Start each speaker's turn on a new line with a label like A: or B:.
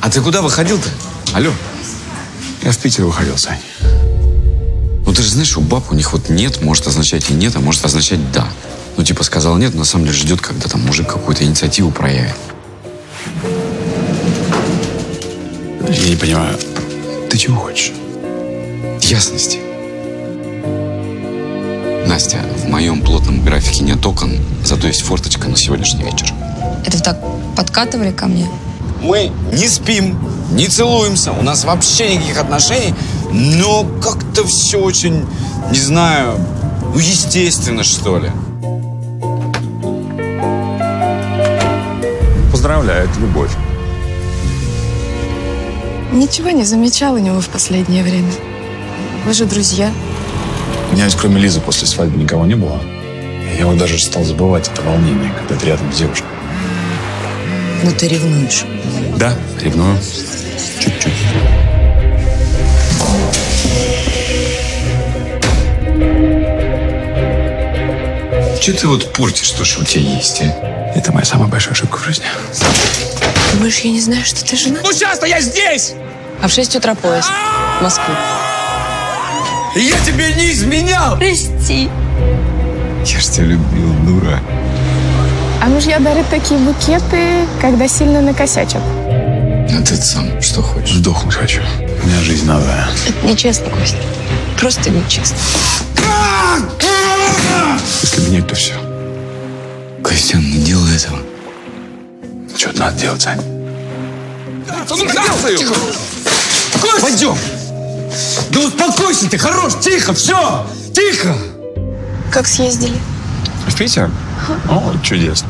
A: А ты куда выходил-то? Алло.
B: Я в Питер выходил, Сань.
A: Ну ты же знаешь, у баб у них вот нет может означать и нет, а может означать да. Ну типа сказал нет, но на самом деле ждет, когда там мужик какую-то инициативу проявит.
B: Я не понимаю, ты чего хочешь?
A: Ясности. Настя, в моем плотном графике нет окон, зато есть форточка на сегодняшний вечер.
C: Это так подкатывали ко мне?
D: Мы не спим, не целуемся, у нас вообще никаких отношений, но как-то все очень, не знаю, ну естественно, что ли.
B: Поздравляю, это любовь.
E: Ничего не замечал у него в последнее время. Вы же друзья.
B: У меня ведь кроме Лизы после свадьбы никого не было. Я вот даже стал забывать это волнение, когда ты рядом с девушкой.
F: Ну ты ревнуешь.
B: Да, ревную. Чуть-чуть.
A: Че ты вот портишь то, что у тебя есть, а?
B: Это моя самая большая ошибка в жизни.
E: Думаешь, я не знаю, что ты жена?
D: Ну сейчас-то я здесь!
F: А в 6 утра поезд в Москву.
D: И я тебе не изменял!
C: Прости.
A: Я ж тебя любил, дура.
E: А мужья дарят такие букеты, когда сильно накосячат.
A: А ты сам что хочешь?
B: Сдохнуть хочу. У меня жизнь новая.
F: Это нечестно, Костя. Просто нечестно.
B: Если менять, то все.
A: Костян, не делай этого.
B: Что-то надо делать, Сань.
D: Тихо! Пойдем! Да успокойся ты, хорош, тихо, все, тихо!
E: Как съездили?
B: В Питер? О, чудесно.